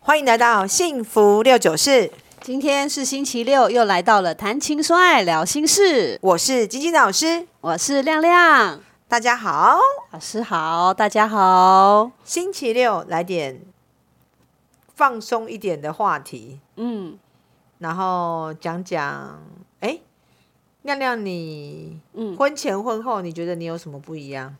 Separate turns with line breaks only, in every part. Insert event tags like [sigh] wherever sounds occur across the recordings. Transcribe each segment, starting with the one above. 欢迎来到幸福六九四，
今天是星期六，又来到了谈情说爱聊心事。
我是晶晶老师，
我是亮亮
大家好。
老师好，大家好。
星期六来点放松一点的话题，
嗯
然后讲讲，哎，亮亮你，
嗯，
婚前婚后你觉得你有什么不一样？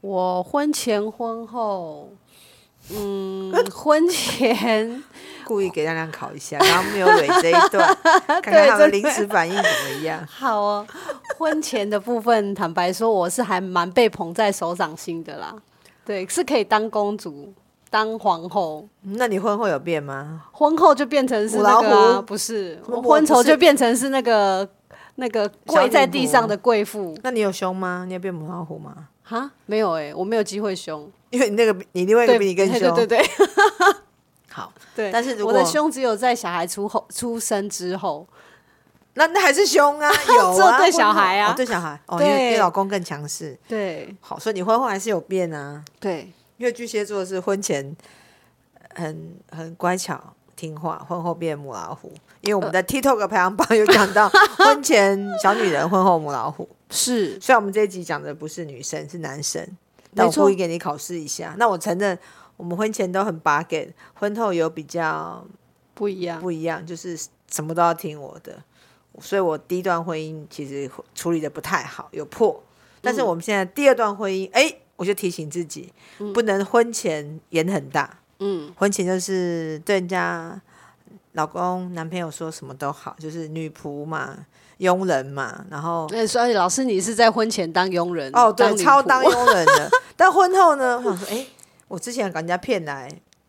我婚前婚后，
[laughs]
嗯，婚前
故意给亮亮考一下，然后没有蕊这一
[laughs]
段，看看他们
真
临
的。
时反应怎么样
好哦，婚前的部分，坦白说，我是还蛮被捧在手掌心的啦。对，是可以当公主、当皇后，
那你婚后有变吗？
婚后就变成是
母
那个、
老
啊、
虎
不是，
什么
我
我不
婚
是
后就变成是那个那个
小
跪在
女
地
仆
上的贵妇。
那你有凶吗？你有变母老虎吗？
哈，没有哎、我没有机会凶，
因为你那个比你另外一个比你更凶。
对对对
好，[laughs]
对。
但是如
我的
果
凶只有在小孩出后出生之后，
那那还是凶
[laughs]
啊，有
这
啊，
对
婚
小
后
孩啊
哦对小孩哦，因
对
为因为老公更强势。
对
好，所以你婚后还是有变啊，
对
因为巨蟹座是婚前很很乖巧听话，婚后变母老虎。因为我
呃
们的 TikTok 排行榜有讲
[laughs]
到婚前小女人，婚后母老虎。
是，
虽然我们这一集讲的不是女生，是男生，但
没
我
错
故意给你考试一下。那我承认，我们婚前都很拔给，婚后有比较
不一样。
不一样，就是什么都要听我的。所以我第一段婚姻其实处理的不太好，有破。但
嗯
是我们现在第二段婚姻，哎、我就提醒自己，不能婚前演很大。
嗯，
婚前就是对人家老公、男朋友说什么都好，就是女仆嘛、佣人嘛，然后
那所以老师你是在婚前嗯当佣人
哦，对，
女
超
仆
当佣人
[laughs]
的。但婚后呢，我想说，哎、我之前把人家骗来，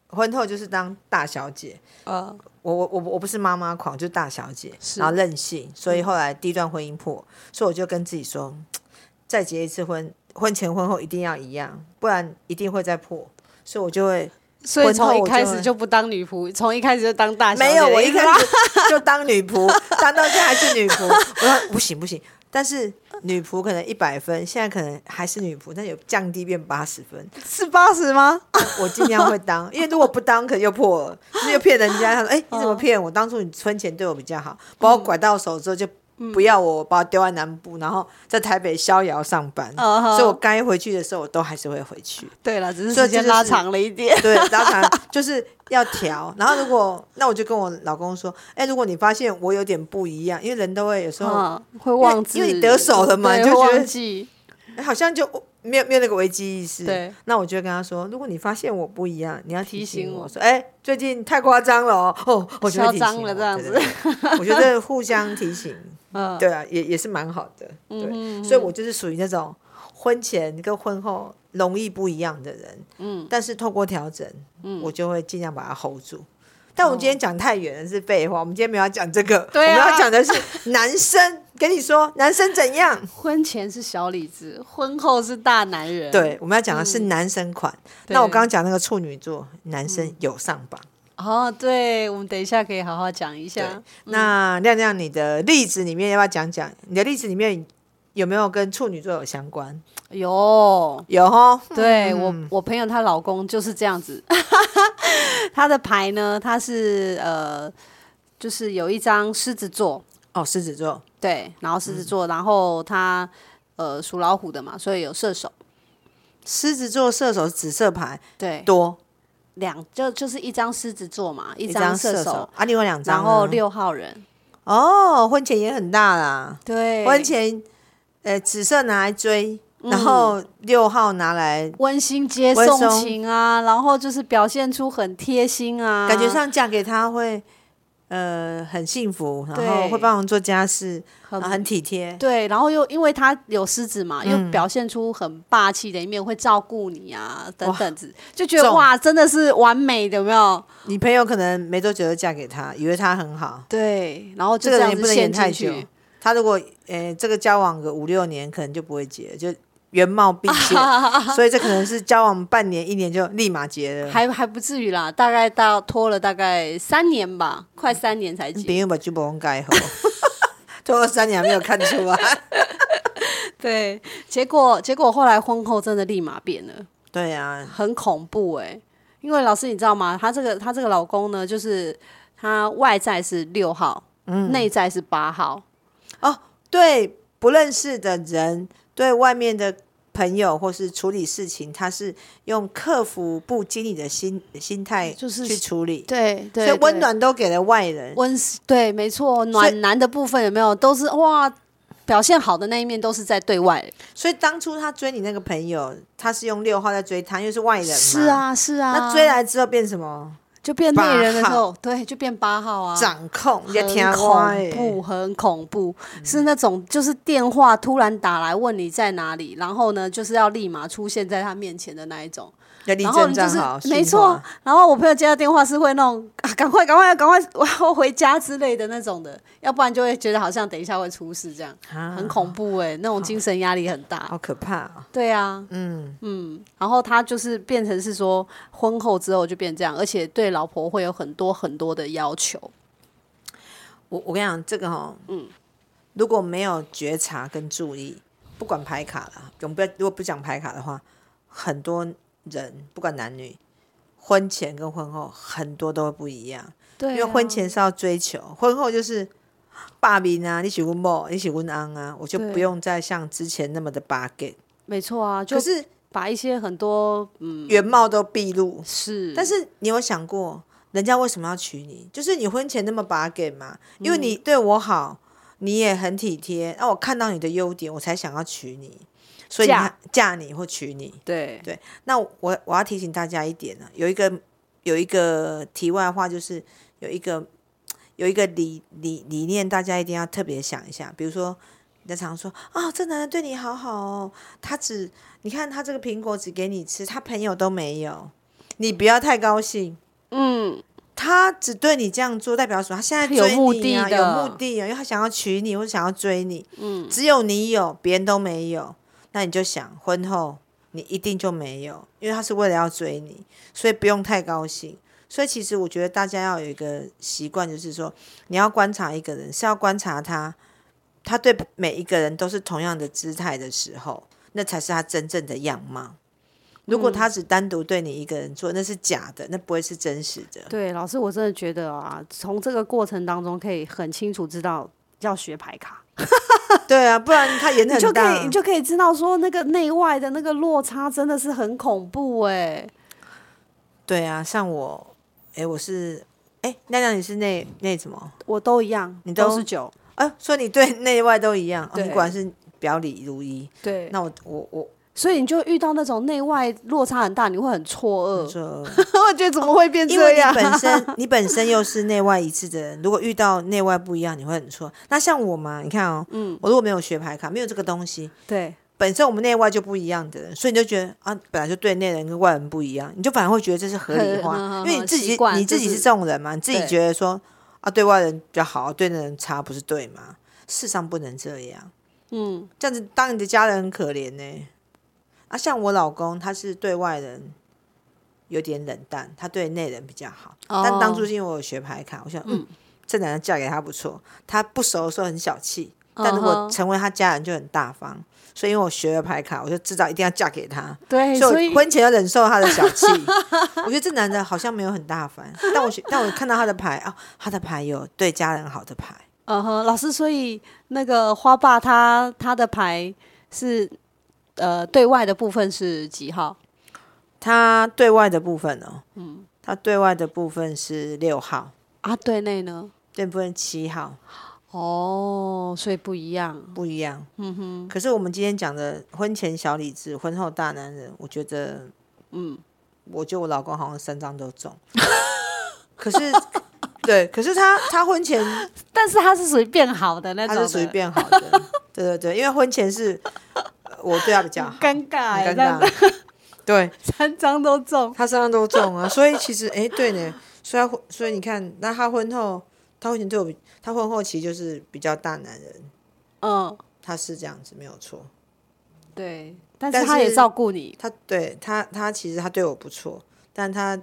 婚后就是当大小姐。
呃
我我我我不是妈妈狂，就是大小姐，
是嗯
然后任性，所以后来第一段婚姻破，所以我就跟自己说，再结一次婚，婚前婚后一定要一样，不然一定会再破。所以我就会
所以
婚后
从一
我
开
就
始
会
就不当女仆，从一开始就当大小姐
没有，
了
我一
直
开 [laughs]
到
始就当女仆， [laughs] 当到现在还是女仆。我说不行不行，但是女仆可能一百分，现在可能还是女仆，但有降低变八十分。
是八十吗？
我尽量会当，因为如果不当，可能又破了，就是又骗人家。他说：“哎、你怎么骗我？当初你存钱对我比较好，把我拐到手之后就不要我，把我丢在南部，然后在台北逍遥上班。
嗯哼
所以我该回去的时候，我都还是会回去。
对了，只是
所以
时间
这就
拉
是
长了一点。
对，然后反正就是要调。然后如果那我就跟我老公说：，哎、如果你发现我有点不一样，因为人都会有时候、
嗯，会忘记，
因为你得手了嘛
对
你就
会
觉得
忘记。
哎好像就没有没有那个危机意识。
对，
那我就会跟他说，如果你发现我不一样，你要提
提醒
醒我
我
说，哎、最近太夸张了哦，哦，我就会提醒
嚣张
我
了这样子
对对
[laughs]
对我觉得互相提醒，
嗯，
对啊，也也是蛮好的。对，所以我就是属于那种婚前跟婚后容易不一样的人。嗯，但是透过调整，
嗯
我就会尽量把它 hold 住。但我们今天讲太远了，是废话。我们今天没有要讲这个，
对啊
我们要讲的是男生。跟你说，男生怎样？
婚前是小李子，婚后是大男人。
对，我们要讲的是男生款。
嗯对嗯
那我刚刚讲那个处女座，男生有上榜。
哦，对，我们等一下可以好好讲一下。
那亮亮，你的例子里面要不要讲讲？你的例子里面有没有跟处女座有相关？
有，
有哦，
对、我我朋友她老公就是这样子， [laughs] 他的牌呢，他是呃，就是有一张狮子座，
哦，狮子座，
对，然后狮
嗯
子座，然后他呃属老虎的嘛，所以有射手，
狮子座射手是紫色牌
对，
多
两就就是一张狮子座嘛，一
一
张
张
射
射手，啊，另外两张
然
呢
后六号人，
哦，婚前也很大啦，
对，嗯
婚前呃紫色拿来追，然后六号拿来，
温馨接
温
送
松
情啊，然后就是表现出很贴心啊，
感觉上嫁给他会呃很幸福，然后
对
会帮忙做家事，
啊很
然后很体贴，
对，然后又因为他有狮子嘛，又
嗯
表现出很霸气的一面，会照顾你啊，等等子，就觉得
中
哇，真的是完美的，有没有？
你朋友可能没多久就嫁给他，以为他很好，
对，然后就
这个人
样
也不
子
能演
陷
太
进
久
去。。
他如果呃这个交往个五六年，可能就不会结了，就原貌
[laughs]
毕现，所以这可能是交往半年一年就立马结了。
还还不至于啦，大概到拖了大概三年吧，快三年才
朋
结。
友把剧本改好， [laughs] 拖了三年还没有看出来。 [laughs]
对，结果结果后来婚后真的立马变了，
对啊，
很恐怖哎、因为老师你知道吗？她这个她这个老公呢，就是他外在是六号，
嗯
内在是八号，
哦，对不认识的人，对外面的朋友或是处理事情，他是用客服部经理的心心态
就是
去处理，
对对，
所以温
对
暖都给了外人。
温对，没错，暖男的部分有没有都是哇？表现好的那一面都是在对外，
所以当初他追你那个朋友，他是用六号在追他，因为是啊外人嘛。
是，啊是啊，
那追来之后变什么？
就变内人的时
八
候，啊对，就变八号啊，
掌控，你在听
很
话
恐
欸
怖，很恐怖，是那种就是电话突然打来问你在哪里，然后呢就是要立马出现在他面前的那一种，
要立
然后
正
你就
站
是
好，
没
心
错
话，，
然后我朋友接到电话是会那种啊， [laughs] 赶快赶快赶快， [laughs] 我要回家之类的那种的，要不然就会觉得好像等一下会出事这样，
啊
很恐怖哎、那种精神压力很大。
好可怕哦。
对啊，
嗯，
嗯，然后他就是变成是说婚后之后就变这样，而且对老婆会有很多很多的要求。
我我跟你讲，这个哈，嗯，如果没有觉察跟注意，不管牌卡啦，我们不要如果不讲牌卡的话，很多人不管男女，婚前跟婚后很多都会不一样。
对
因
啊
为婚前是要追求，婚后就是霸名啊，你喜欢某，你喜欢安啊，我就
对
不用再像之前那么的 bargain。
没错啊，就
可是
把一些很多
原貌都毕露，
是，
但是你有想过，人家为什么要娶你？就是你婚前那么 bargain 嘛，因为你对我好，你也很体贴，那、我看到你的优点，我才想要娶你，所以你
嫁
看嫁你或娶你。
对
对，那我我要提醒大家一点呢、有一个有一个题外话，就是有一个有一个理理理念，大家一定要特别想一下。比如说，人家常说啊、这男人对你好好哦，他只你看他这个苹果只给你吃，他朋友都没有，你不要太高兴。
嗯，
他只对你这样做，代表什么？他现在
他有
追
目
你啊
的
有
的
目的啊，因为他想要娶你或者想要追你。嗯，只有你有，别人都没有。那你就想，婚后你一定就没有，因为他是为了要追你，所以不用太高兴。所以其实我觉得大家要有一个习惯，就是说你要观察一个人，是要观察他，他对每一个人都是同样的姿态的时候，那才是他真正的样貌。如果
嗯
他只单独对你一个人做，那是假的，那不会是真实的。 [laughs]
对，老师，我真的觉得啊，从这个过程当中可以很清楚知道要学牌卡，
对啊，不然他演
你
很
就可
大啊
以，你就可以知道说那个内外的那个落差真的是很恐怖哎、
对啊，像我，哎，我是，哎，亮亮你是内内什么？
我都一样，
你
都
都
是九，
哎、所以你对内外都一样，哦、
对
你果然是表里如一。
对，
那我我我
所以你就遇到那种内外落差很大，你会很错愕，
这，
[laughs] 我觉得怎么会变
因为
这
你
样？
本
[laughs]
身你本身又是内外一致的人，如果遇到内外不一样，你会很错。那像我嘛，你看哦，嗯，我如果没有学牌卡，没有这个东西，
对，
本身我们内外就不一样的人，所以你就觉得啊，本来就对内人跟外人不一样，你就反而会觉得这是合理化，
很很
因为你自己
习惯
你自己
就是
是这种人嘛，你自己
对
觉得说啊，对外人比较好，对内人差，不是对吗？世上不能这样，
嗯，
这样子当你的家人很可怜呢、啊，像我老公，他是对外人有点冷淡，他对内人比较好。
哦
但当初是因为我有学牌卡，我想，嗯，这男人嫁给他不错。他不熟的时候很小气，但如
嗯
果
哼
成为他家人就很大方。所以因为我学了牌卡，我就知道一定要嫁给他。
对，
所
所
以
以
我婚前要忍受他的小
[laughs]
气，我觉得这男的好像没有很大方，但我学但我看到他的牌啊、他的牌有对家人好的牌，
嗯哼，老师，所以那个花爸他他的牌是呃对外的部分是几号？
他对外的部分哦，嗯，他对外的部分是六号，
啊，对内呢？
对部分七号
哦，所以不一样。
不一样。嗯哼。可是我们今天讲的婚前小理智，婚后大男人，我觉得，嗯，我觉得我老公好像三张都中。 [laughs] 可是，对，可是他他婚 [laughs] 前
但是他是属于变好的那
他
种的，
是属于变好的，对对对，因为婚前是呃我对他比 [laughs] 较好，
尴尬
很
欸，
尴
但是
尬。对，
三张都中。
他身上都中啊，所以其实哎、对呢，所以他婚所以你看，那他婚后，他婚前对我比，他婚后其实就是比较大男人，
嗯，
他是这样子没有错，
对，但
但
是他也
是
照顾你。
他对他他其实他对我不错，但他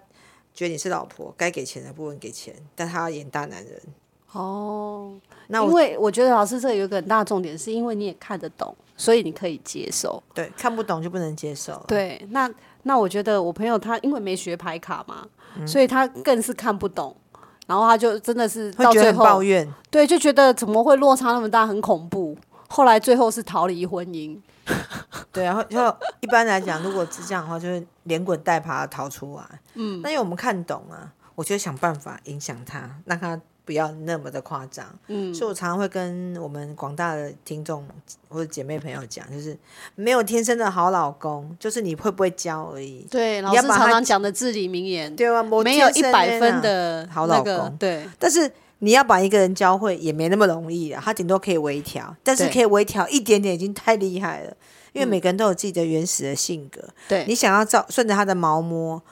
觉得你是老婆，该给钱的部分给钱，但他要演大男人，
哦，
那
因
我
为我觉得老师这个有一个很大的重点，是因为你也看得懂，所以你可以接受。
对，看不懂就不能接受了。
对，那那我觉得我朋友他因为没学牌卡嘛，所以他更是看不懂，然后他就真的是
会
到
觉得
最
很抱
后，
怨，
对，就觉得怎么会落差那么大，很恐怖。后来最后是逃离婚姻，
对，然后就一般来讲，如果是这样的话，就是连滚带爬地逃出来。嗯，那因为我们看懂啊，我就会想办法影响他，让他不要那么的夸张。嗯，所以我常常会跟我们广大的听众或者姐妹朋友讲，就是没有天生的好老公，就是你会不会教而已。
对，老
要
师
把
常
他
常讲的至理名言，
对啊，
没有一
天生
百分
啊，
的
好
那
老
个
公
对，
但是。你要把一个人教会也没那么容易啊，他顶多可以微调，但是
对
可以微调一点点已经太厉害了，因为每个人都有自己的原始的性格，
对，
你想要照顺着它的毛摸，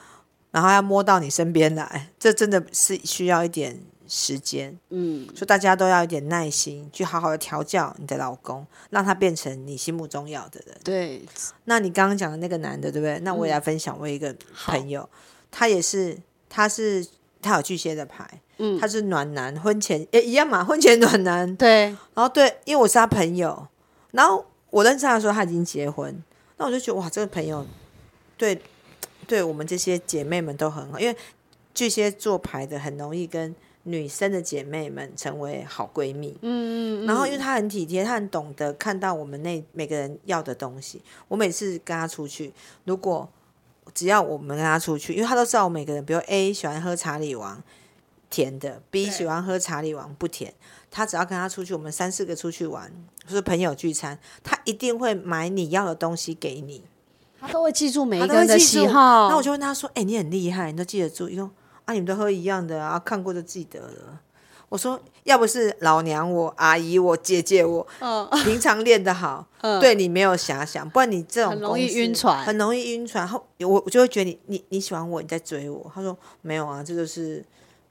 然后要摸到你身边来，这真的是需要一点时间，
嗯，
所以大家都要一点耐心，去好好的调教你的老公，让他变成你心目中要的人。
对，
那你刚刚讲的那个男的，对不对？那我也来分享我一个朋友，他也是，他是他有巨蟹的牌，
嗯，
他是暖男，婚前也一样嘛，婚前暖男，
对，
然后对，因为我是他朋友，然后我认识他的时候他已经结婚，那我就觉得哇，这个朋友对对我们这些姐妹们都很好，因为巨蟹座牌的很容易跟女生的姐妹们成为好闺蜜。
嗯嗯，
然后因为他很体贴，他很懂得看到我们那每个人要的东西。我每次跟他出去，如果只要我们跟他出去，因为他都知道我每个人，比如 A 喜欢喝茶里王甜的，B
对
喜欢喝茶里王不甜。他只要跟他出去，我们三四个出去玩，就是朋友聚餐，他一定会买你要的东西给你。
他都会记住每一
他
个
都
人的
会记
喜
住
好，
那我就问他说：“哎、你很厉害，你都记得住？”因为啊，你们都喝一样的啊，看过就记得了。我说：“要不是老娘我、阿姨我、姐姐我，
嗯
平常练得好，
[laughs] 嗯，
对你没有遐想，不然你这种
很容易
公司
晕船
很容易晕船。后我我就会觉得你你你喜欢我，你在追我。他说没有啊，这就是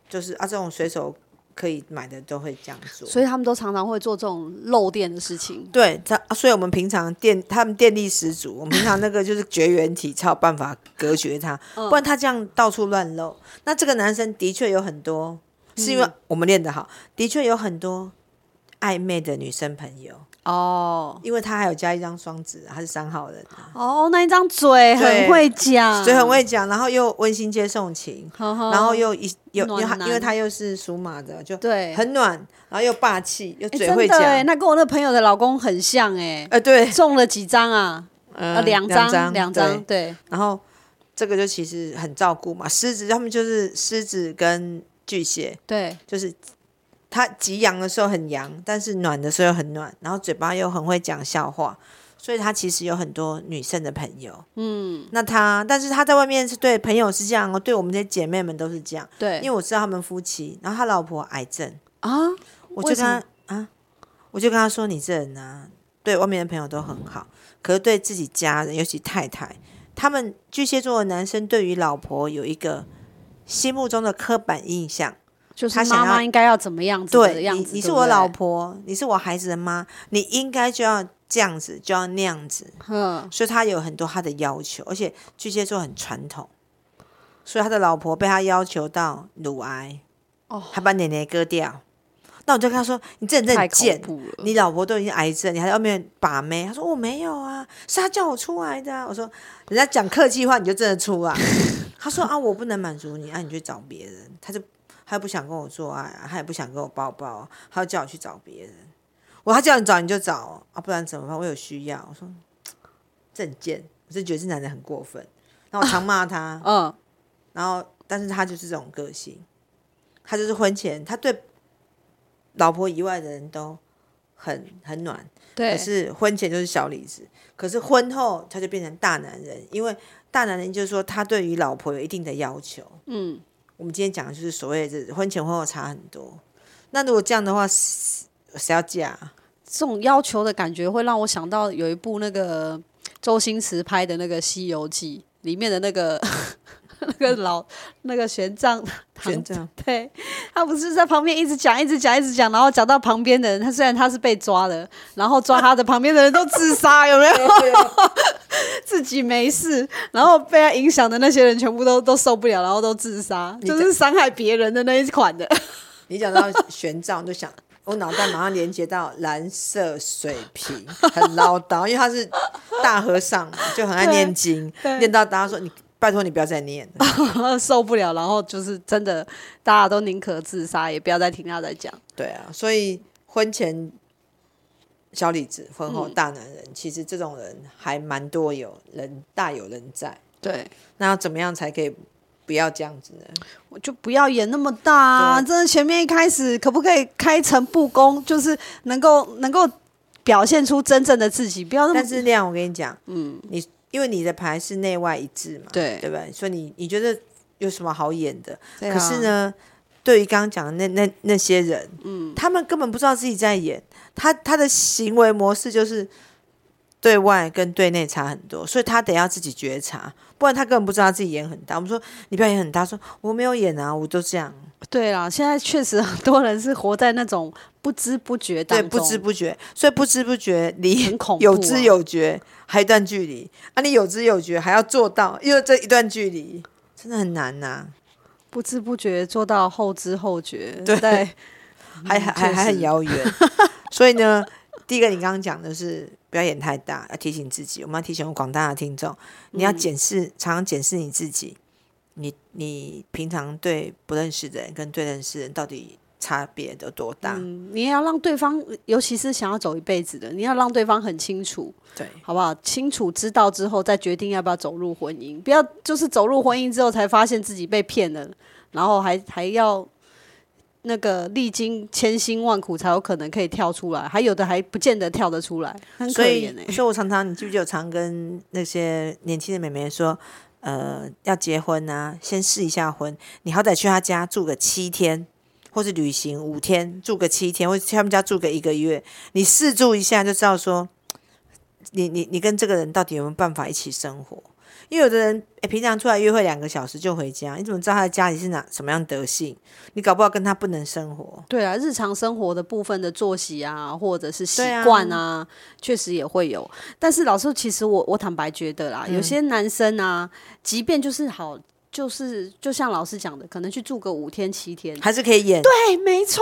就是啊，这种随手可以买的都会这样做。
所以他们都常常会做这种漏电的事情。
对，他所以我们平常电他们电力十足，我们平常那个就是绝缘体，才有办法隔绝
[laughs]
他，
嗯
不然他这样到处乱漏。那这个男生的确有很多，是
嗯
因为我们练得好，的确有很多暧昧的女生朋友，
哦
因为他还有加一张双子，他是三号人啊。
哦，那一张嘴很
对
会讲，
所以很会讲，然后又温馨接送情，
呵呵，
然后又一又
哦暖
又他
男
因为他又是属马的，就
对，
很暖，然后又霸气，又
诶
嘴
真
会
的哎
讲，
诶那跟我那朋友的老公很像哎，
呃对，
中了几张啊？
呃
呃，两张，两张，
对
对，
然后这个就其实很照顾嘛，狮子他们就是狮子跟巨蟹，
对，
就是他极阳的时候很阳，但是暖的时候又很暖，然后嘴巴又很会讲笑话。所以他其实有很多女生的朋友，嗯，那他，但是他在外面是对朋友是这样哦，对我们这些姐妹们都是这样，
对，
因为我知道他们夫妻，然后他老婆癌症，
啊，
我
为
就
什
跟
么
他啊，我就跟他说，你这人啊，对外面的朋友都很好，可是对自己家人，尤其太太，他们巨蟹座的男生对于老婆有一个心目中的刻板印象，
就是
他想
妈妈
要
应该要怎么样子的
对
样
你
子，，
你
对
是
不
我
对
老，婆，你是我孩子的妈，你应该就要这样子，就要那样子，
嗯，
所以他有很多他的要求，而且巨蟹座很传统，所以他的老婆被他要求到乳癌，
哦
还把奶奶割掉。那我就跟他说：“你这人真的
太
很
恐
贱，
怖了，
你老婆都已经癌症，你还在外面把妹？”他说：“我没有啊，是他叫我出来的、啊。”我说：“人家讲客气话，你就真的出来。” [laughs] 他说：“啊，我不能满足你，啊，你去找别人。”他就他也不想跟我做爱、啊，他也不想跟我抱抱、啊，他就叫我去找别人。我他叫你找你就找哦啊，不然怎么办？我有需要。我说证件，我就觉得这男的很过分。然后我常骂他，
嗯，
然后但是他就是这种个性，他就是婚前他对老婆以外的人都很很暖，可
对，
是婚前就是小李子，可是婚后他就变成大男人，因为大男人就是说他对于老婆有一定的要求。
嗯，
我们今天讲的就是所谓的婚前婚后差很多。那如果这样的话，谁谁要嫁啊？
这种要求的感觉会让我想到有一部那个周星驰拍的那个《西游记》里面的那个 [laughs] 那个老 [laughs] 那个玄奘唐
选这 [laughs]
[laughs]
样
对他不是在旁边一直讲一直讲一直讲，然后讲到旁边的人，他虽然他是被抓的，然后抓他的旁边的人都自杀，有没有？自己没事，然后被他影响的那些人全部都都受不了，然后都自杀，
你
就
的
是伤害别人的那一款的。 [laughs]
你讲到玄奘，你就想我脑袋马上连接到蓝色水瓶，很唠叨，因为他是大和尚嘛，就很爱念经，
对
念到大家说你拜托你不要再念了。
受不了，然后就是真的，大家都宁可自杀，也不要再听他在讲。
对啊，所以婚前小李子，婚后大男人，其实这种人还蛮多有人大有人在。
对，
那要怎么样才可以不要这样子呢？
我就不要演那么大、啊，真的前面一开始可不可以开诚布公，就是能够能够表现出真正的自己，不要那么
但是那样，我跟你讲，嗯，你因为你的牌是内外一致嘛，
对
对不对？所以你你觉得有什么好演的？
对啊
可是呢，对于刚刚讲的那那那些人，嗯，他们根本不知道自己在演，他他的行为模式就是对外跟对内差很多，所以他得要自己觉察，不然他根本不知道自己演很大。我们说你不要演很大，他说我没有演啊，我都这样，
对啦，现在确实很多人是活在那种不知不觉当
[laughs] 对，
中，
不知不觉，所以不知不觉离
很恐怖啊
[laughs] 有知有觉还有一段距离啊！你有知有觉还要做到，又这一段距离，真的很难啊呐、
不知不觉做到后知后觉，
对
对
还还还
嗯确实
还很遥
[laughs]
远。所以呢，第一个你刚刚讲的是不要演太大，要提醒自己，我们要提醒我们广大的听众，你
嗯
要检视，常常检视你自己，你你平常对不认识的人跟对认识的人到底差别有多大？
嗯，你也要让对方，尤其是想要走一辈子的，你要让对方很清楚，
对。
好不好？清楚知道之后再决定要不要走入婚姻，不要就是走入婚姻之后才发现自己被骗了，然后还还要那个历经千辛万苦才有可能可以跳出来，还有的还不见得跳得出来， [laughs] 很可
所以
怜哎、，
所以我常常，你记不记得我常跟那些年轻的妹妹说，呃，要结婚啊，先试一下婚，你好歹去她家住个七天，或是旅行五天，住个七天，或者去他们家住个一个月，你试住一下就知道说，你你你跟这个人到底有没有办法一起生活？因为有的人，诶平常出来约会两个小时就回家，你怎么知道他的家里是哪什么样德性？你搞不好跟他不能生活。
对啊，日常生活的部分的作息啊，或者是习
对啊
惯啊，确实也会有。但是老师，其实我我坦白觉得
嗯
啦，有些男生啊，即便就是好，就是就像老师讲的，可能去住个五天七天，
还是可以演，
对，哎没错，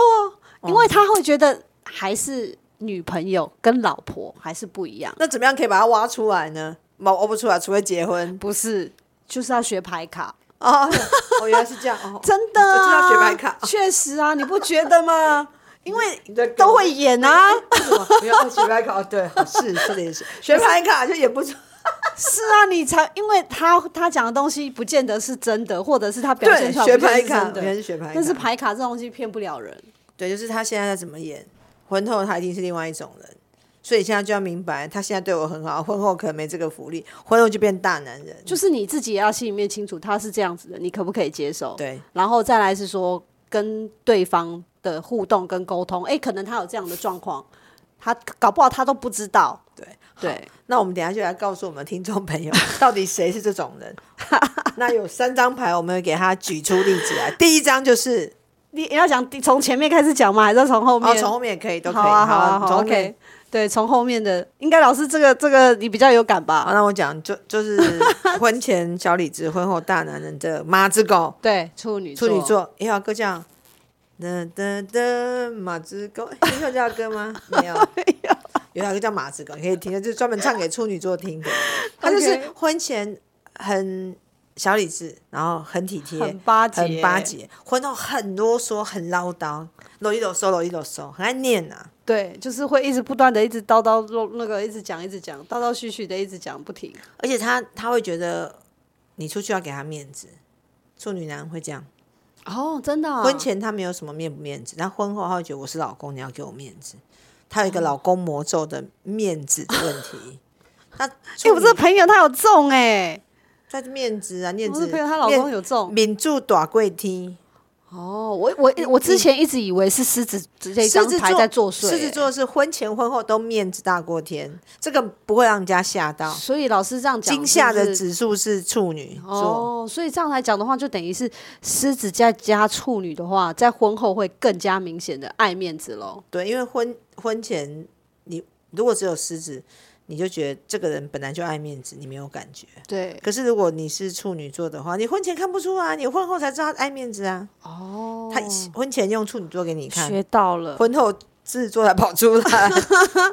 嗯
因为他会觉得还是女朋友跟老婆还是不一样，
那怎么样可以把他挖出来呢？挖不出来，除非结婚。
不是。就是要学牌卡，。
哦，哦，原来是这样哦
真的、啊，
我知道学牌卡
确实啊，你不觉得吗？因为
你在
都会演啊，
为什么？不要学牌卡哦，对，好
[laughs]
是是的，也是学牌卡就也不错。
是啊，你才因为他他讲的东西不见得是真的，或者是他表现出来
学
不见
牌
得是
卡
真，
原来
的，
是学牌卡。
但是牌卡这东西骗不了人。
对，就是他现在在怎么演，婚后他一定是另外一种人，所以现在就要明白，他现在对我很好，婚后可能没这个福利，婚后就变大男人。
就是你自己也要心里面清楚他是这样子的，你可不可以接受？
对，
然后再来是说跟对方的互动跟沟通，诶，可能他有这样的状况，他搞不好他都不知道。
对
对，
那我们等一下就来告诉我们听众朋友，到底谁是这种人。
[laughs]
那有三张牌，我们会给他举出例子来。第一张
[laughs]
就是，
你你要讲从前面开始讲吗？还是要从后面？
哦，从后面也可以，都可以。
啊好啊，好啊，
从
好
后
啊
面
OK。对，从后面的应该老师这个这个你比较有感吧？
好，那我讲就就是 [laughs] 婚前小李子，婚后大男人的马子狗，
对，处女
处女座。哎呀，歌这样，噔噔噔，马子狗，诶你有这首歌
[laughs]
吗？没有，有首歌叫马子狗，你可以听，就是专门唱给处女座听的。他就是
OK
婚前很小理智，然后很体贴，
很巴结
很巴结，婚后很啰嗦，很唠叨，啰里啰嗦，啰里啰嗦，很爱念啊。
对，就是会一直不断的一直叨叨漏那个一直讲一直讲，叨叨絮絮的一直讲不停。
而且他他会觉得你出去要给他面子，处女男会这样。
哦，真的、啊
婚前他没有什么面不面子，但婚后他会觉得我是老公，你要给我面子。他
嗯
有一个老公魔咒的面子的问
[laughs]
题。那
哎、
处
我这个
女
朋友他有中哎、
在面子啊，面
我
子，
这个朋友她老公
面
有中。
民主大贵梯，
哦，我我我之前一直以为是狮子这一
嗯
张
狮子
牌
座
在作祟、
狮子，座是婚前婚后都面子大过天，这个不会让人家吓到。
所以老师这样讲，
惊吓
是
的
不是
指数是处女座，
哦，所以这样来讲的话，就等于是狮子再加处女的话，在婚后会更加明显的爱面子喽。
对，因为婚婚前你如果只有狮子，你就觉得这个人本来就爱面子，你没有感觉。
对，
可是如果你是处女座的话，你婚前看不出啊，你婚后才知道他爱面子啊。
哦，
他婚前用处女座给你看，
学到了。
婚后制作才跑出来。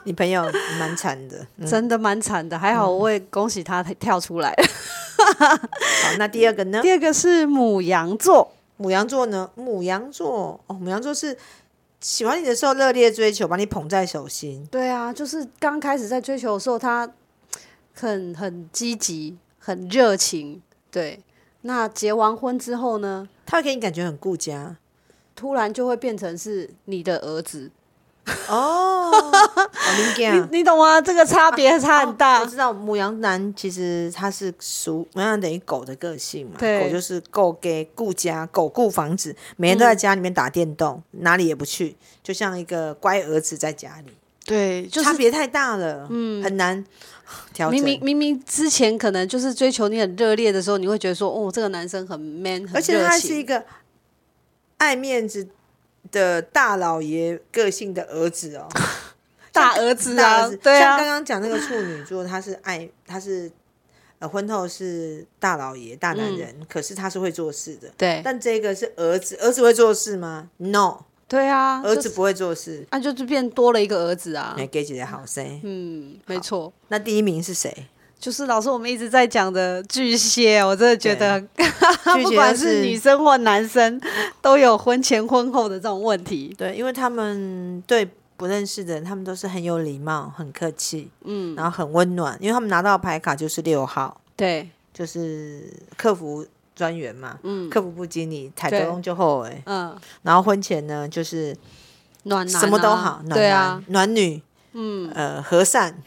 你朋友蛮惨的。
真的蛮惨的，还好
嗯
我也恭喜他跳出来。
好，那第二个呢？
第二个是母羊座，
母羊座呢？母羊座哦，母羊座是喜欢你的时候热烈追求，把你捧在手心。
对啊，就是刚开始在追求的时候，他很很积极，很热情。对，那结完婚之后呢，
他会给你感觉很顾家
突然就会变成是你的儿子，
哦。啊你
你你懂吗？这个差
啊
别差很大。
哦我知道母羊男其实他是属母羊等于狗的个性嘛，
对
狗就是够给顾家，狗顾房子，每天都在家里面打电动，
嗯
哪里也不去，就像一个乖儿子在家里，
对，就
差
是
别太大了，嗯，很难调整。
明明明明之前可能就是追求你很热烈的时候，你会觉得说，哦，这个男生很 man，很
而且他
热
还是一
情。
个爱面子的大老爷个性的儿子 [laughs] 哦，
大儿子
大
啊
儿子，
对
像刚
啊，
刚讲那个处女座，他是爱，他是呃婚后是大老爷、大男人，可是他是会做事的。
对
但这个是儿子，儿子会做事吗？No，
对啊，
儿
就
子
是
不会做事。
啊，就是变多了一个儿子啊
没。给姐姐好声。
嗯，没错，
那第一名是谁？
就是老师我们一直在讲的巨蟹，我真的觉得 [laughs]
巨蟹
不管
就是
女生或男生都有婚前婚后的这种问题。
对，因为他们对不认识的人，他们都是很有礼貌、很客气，嗯，然后很温暖，因为他们拿到牌卡就是六号，
对，
就是客服专员嘛，嗯，客服部经理，台
对
东就后哎，
嗯，
然后婚前呢就是
暖男、啊、
什么都好，暖男、
对啊，
暖女，嗯，呃，和善、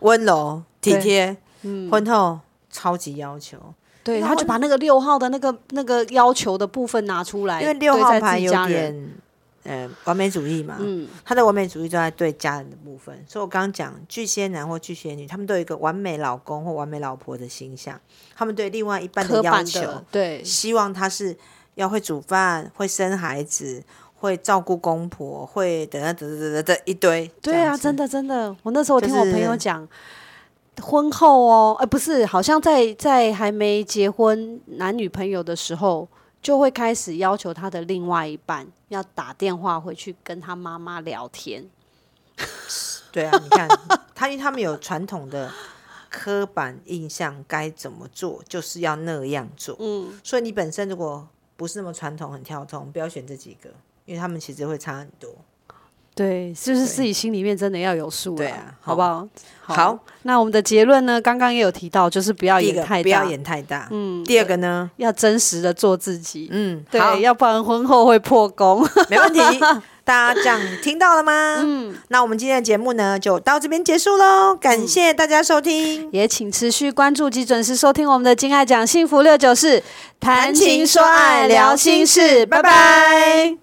温柔、体
对
贴，嗯，婚后超级要求，
对，
因为
他就把那个六号的那个那个要求的部分拿出来，
因为六号
哎对在
牌
自己
有
家人，
点呃完美主义嘛，
嗯，
他的完美主义都在对家人的部分，所以我刚刚讲巨蟹男或巨蟹女，他们都有一个完美老公或完美老婆的形象，他们对另外一半
刻
要
板
求
的，，对
希望他是要会煮饭、会生孩子、会照顾公婆、会等等等等等等一堆，
对啊，真
的
的真的，我那时候
就
听我朋友
是
讲。婚后哦，呃，不是，好像在在还没结婚男女朋友的时候，就会开始要求他的另外一半要打电话回去跟他妈妈聊天。
对啊，你看他，因为他们有传统的刻板印象，该怎么做就是要那样做，
嗯，
所以你本身如果不是那么传统、很跳通，不要选这几个，因为他们其实会差很多。
对，就是
对
自己心里面真的要有数
对
啦
啊
好不好？
好，
那我们的结论呢？刚刚也有提到，就是不要
第一
啊演
个
太大，
不要演太大，嗯。第二个呢，
要真实的做自己。
嗯，好
对，，要不然婚后会破功。
[laughs] 没问题。大家这样听到了吗？嗯，那我们今天的节目呢，就到这边结束喽。感谢大家收听，
也请持续关注及准时收听我们的《金爱讲幸福六九四》，谈
谈情说爱聊心事拜拜。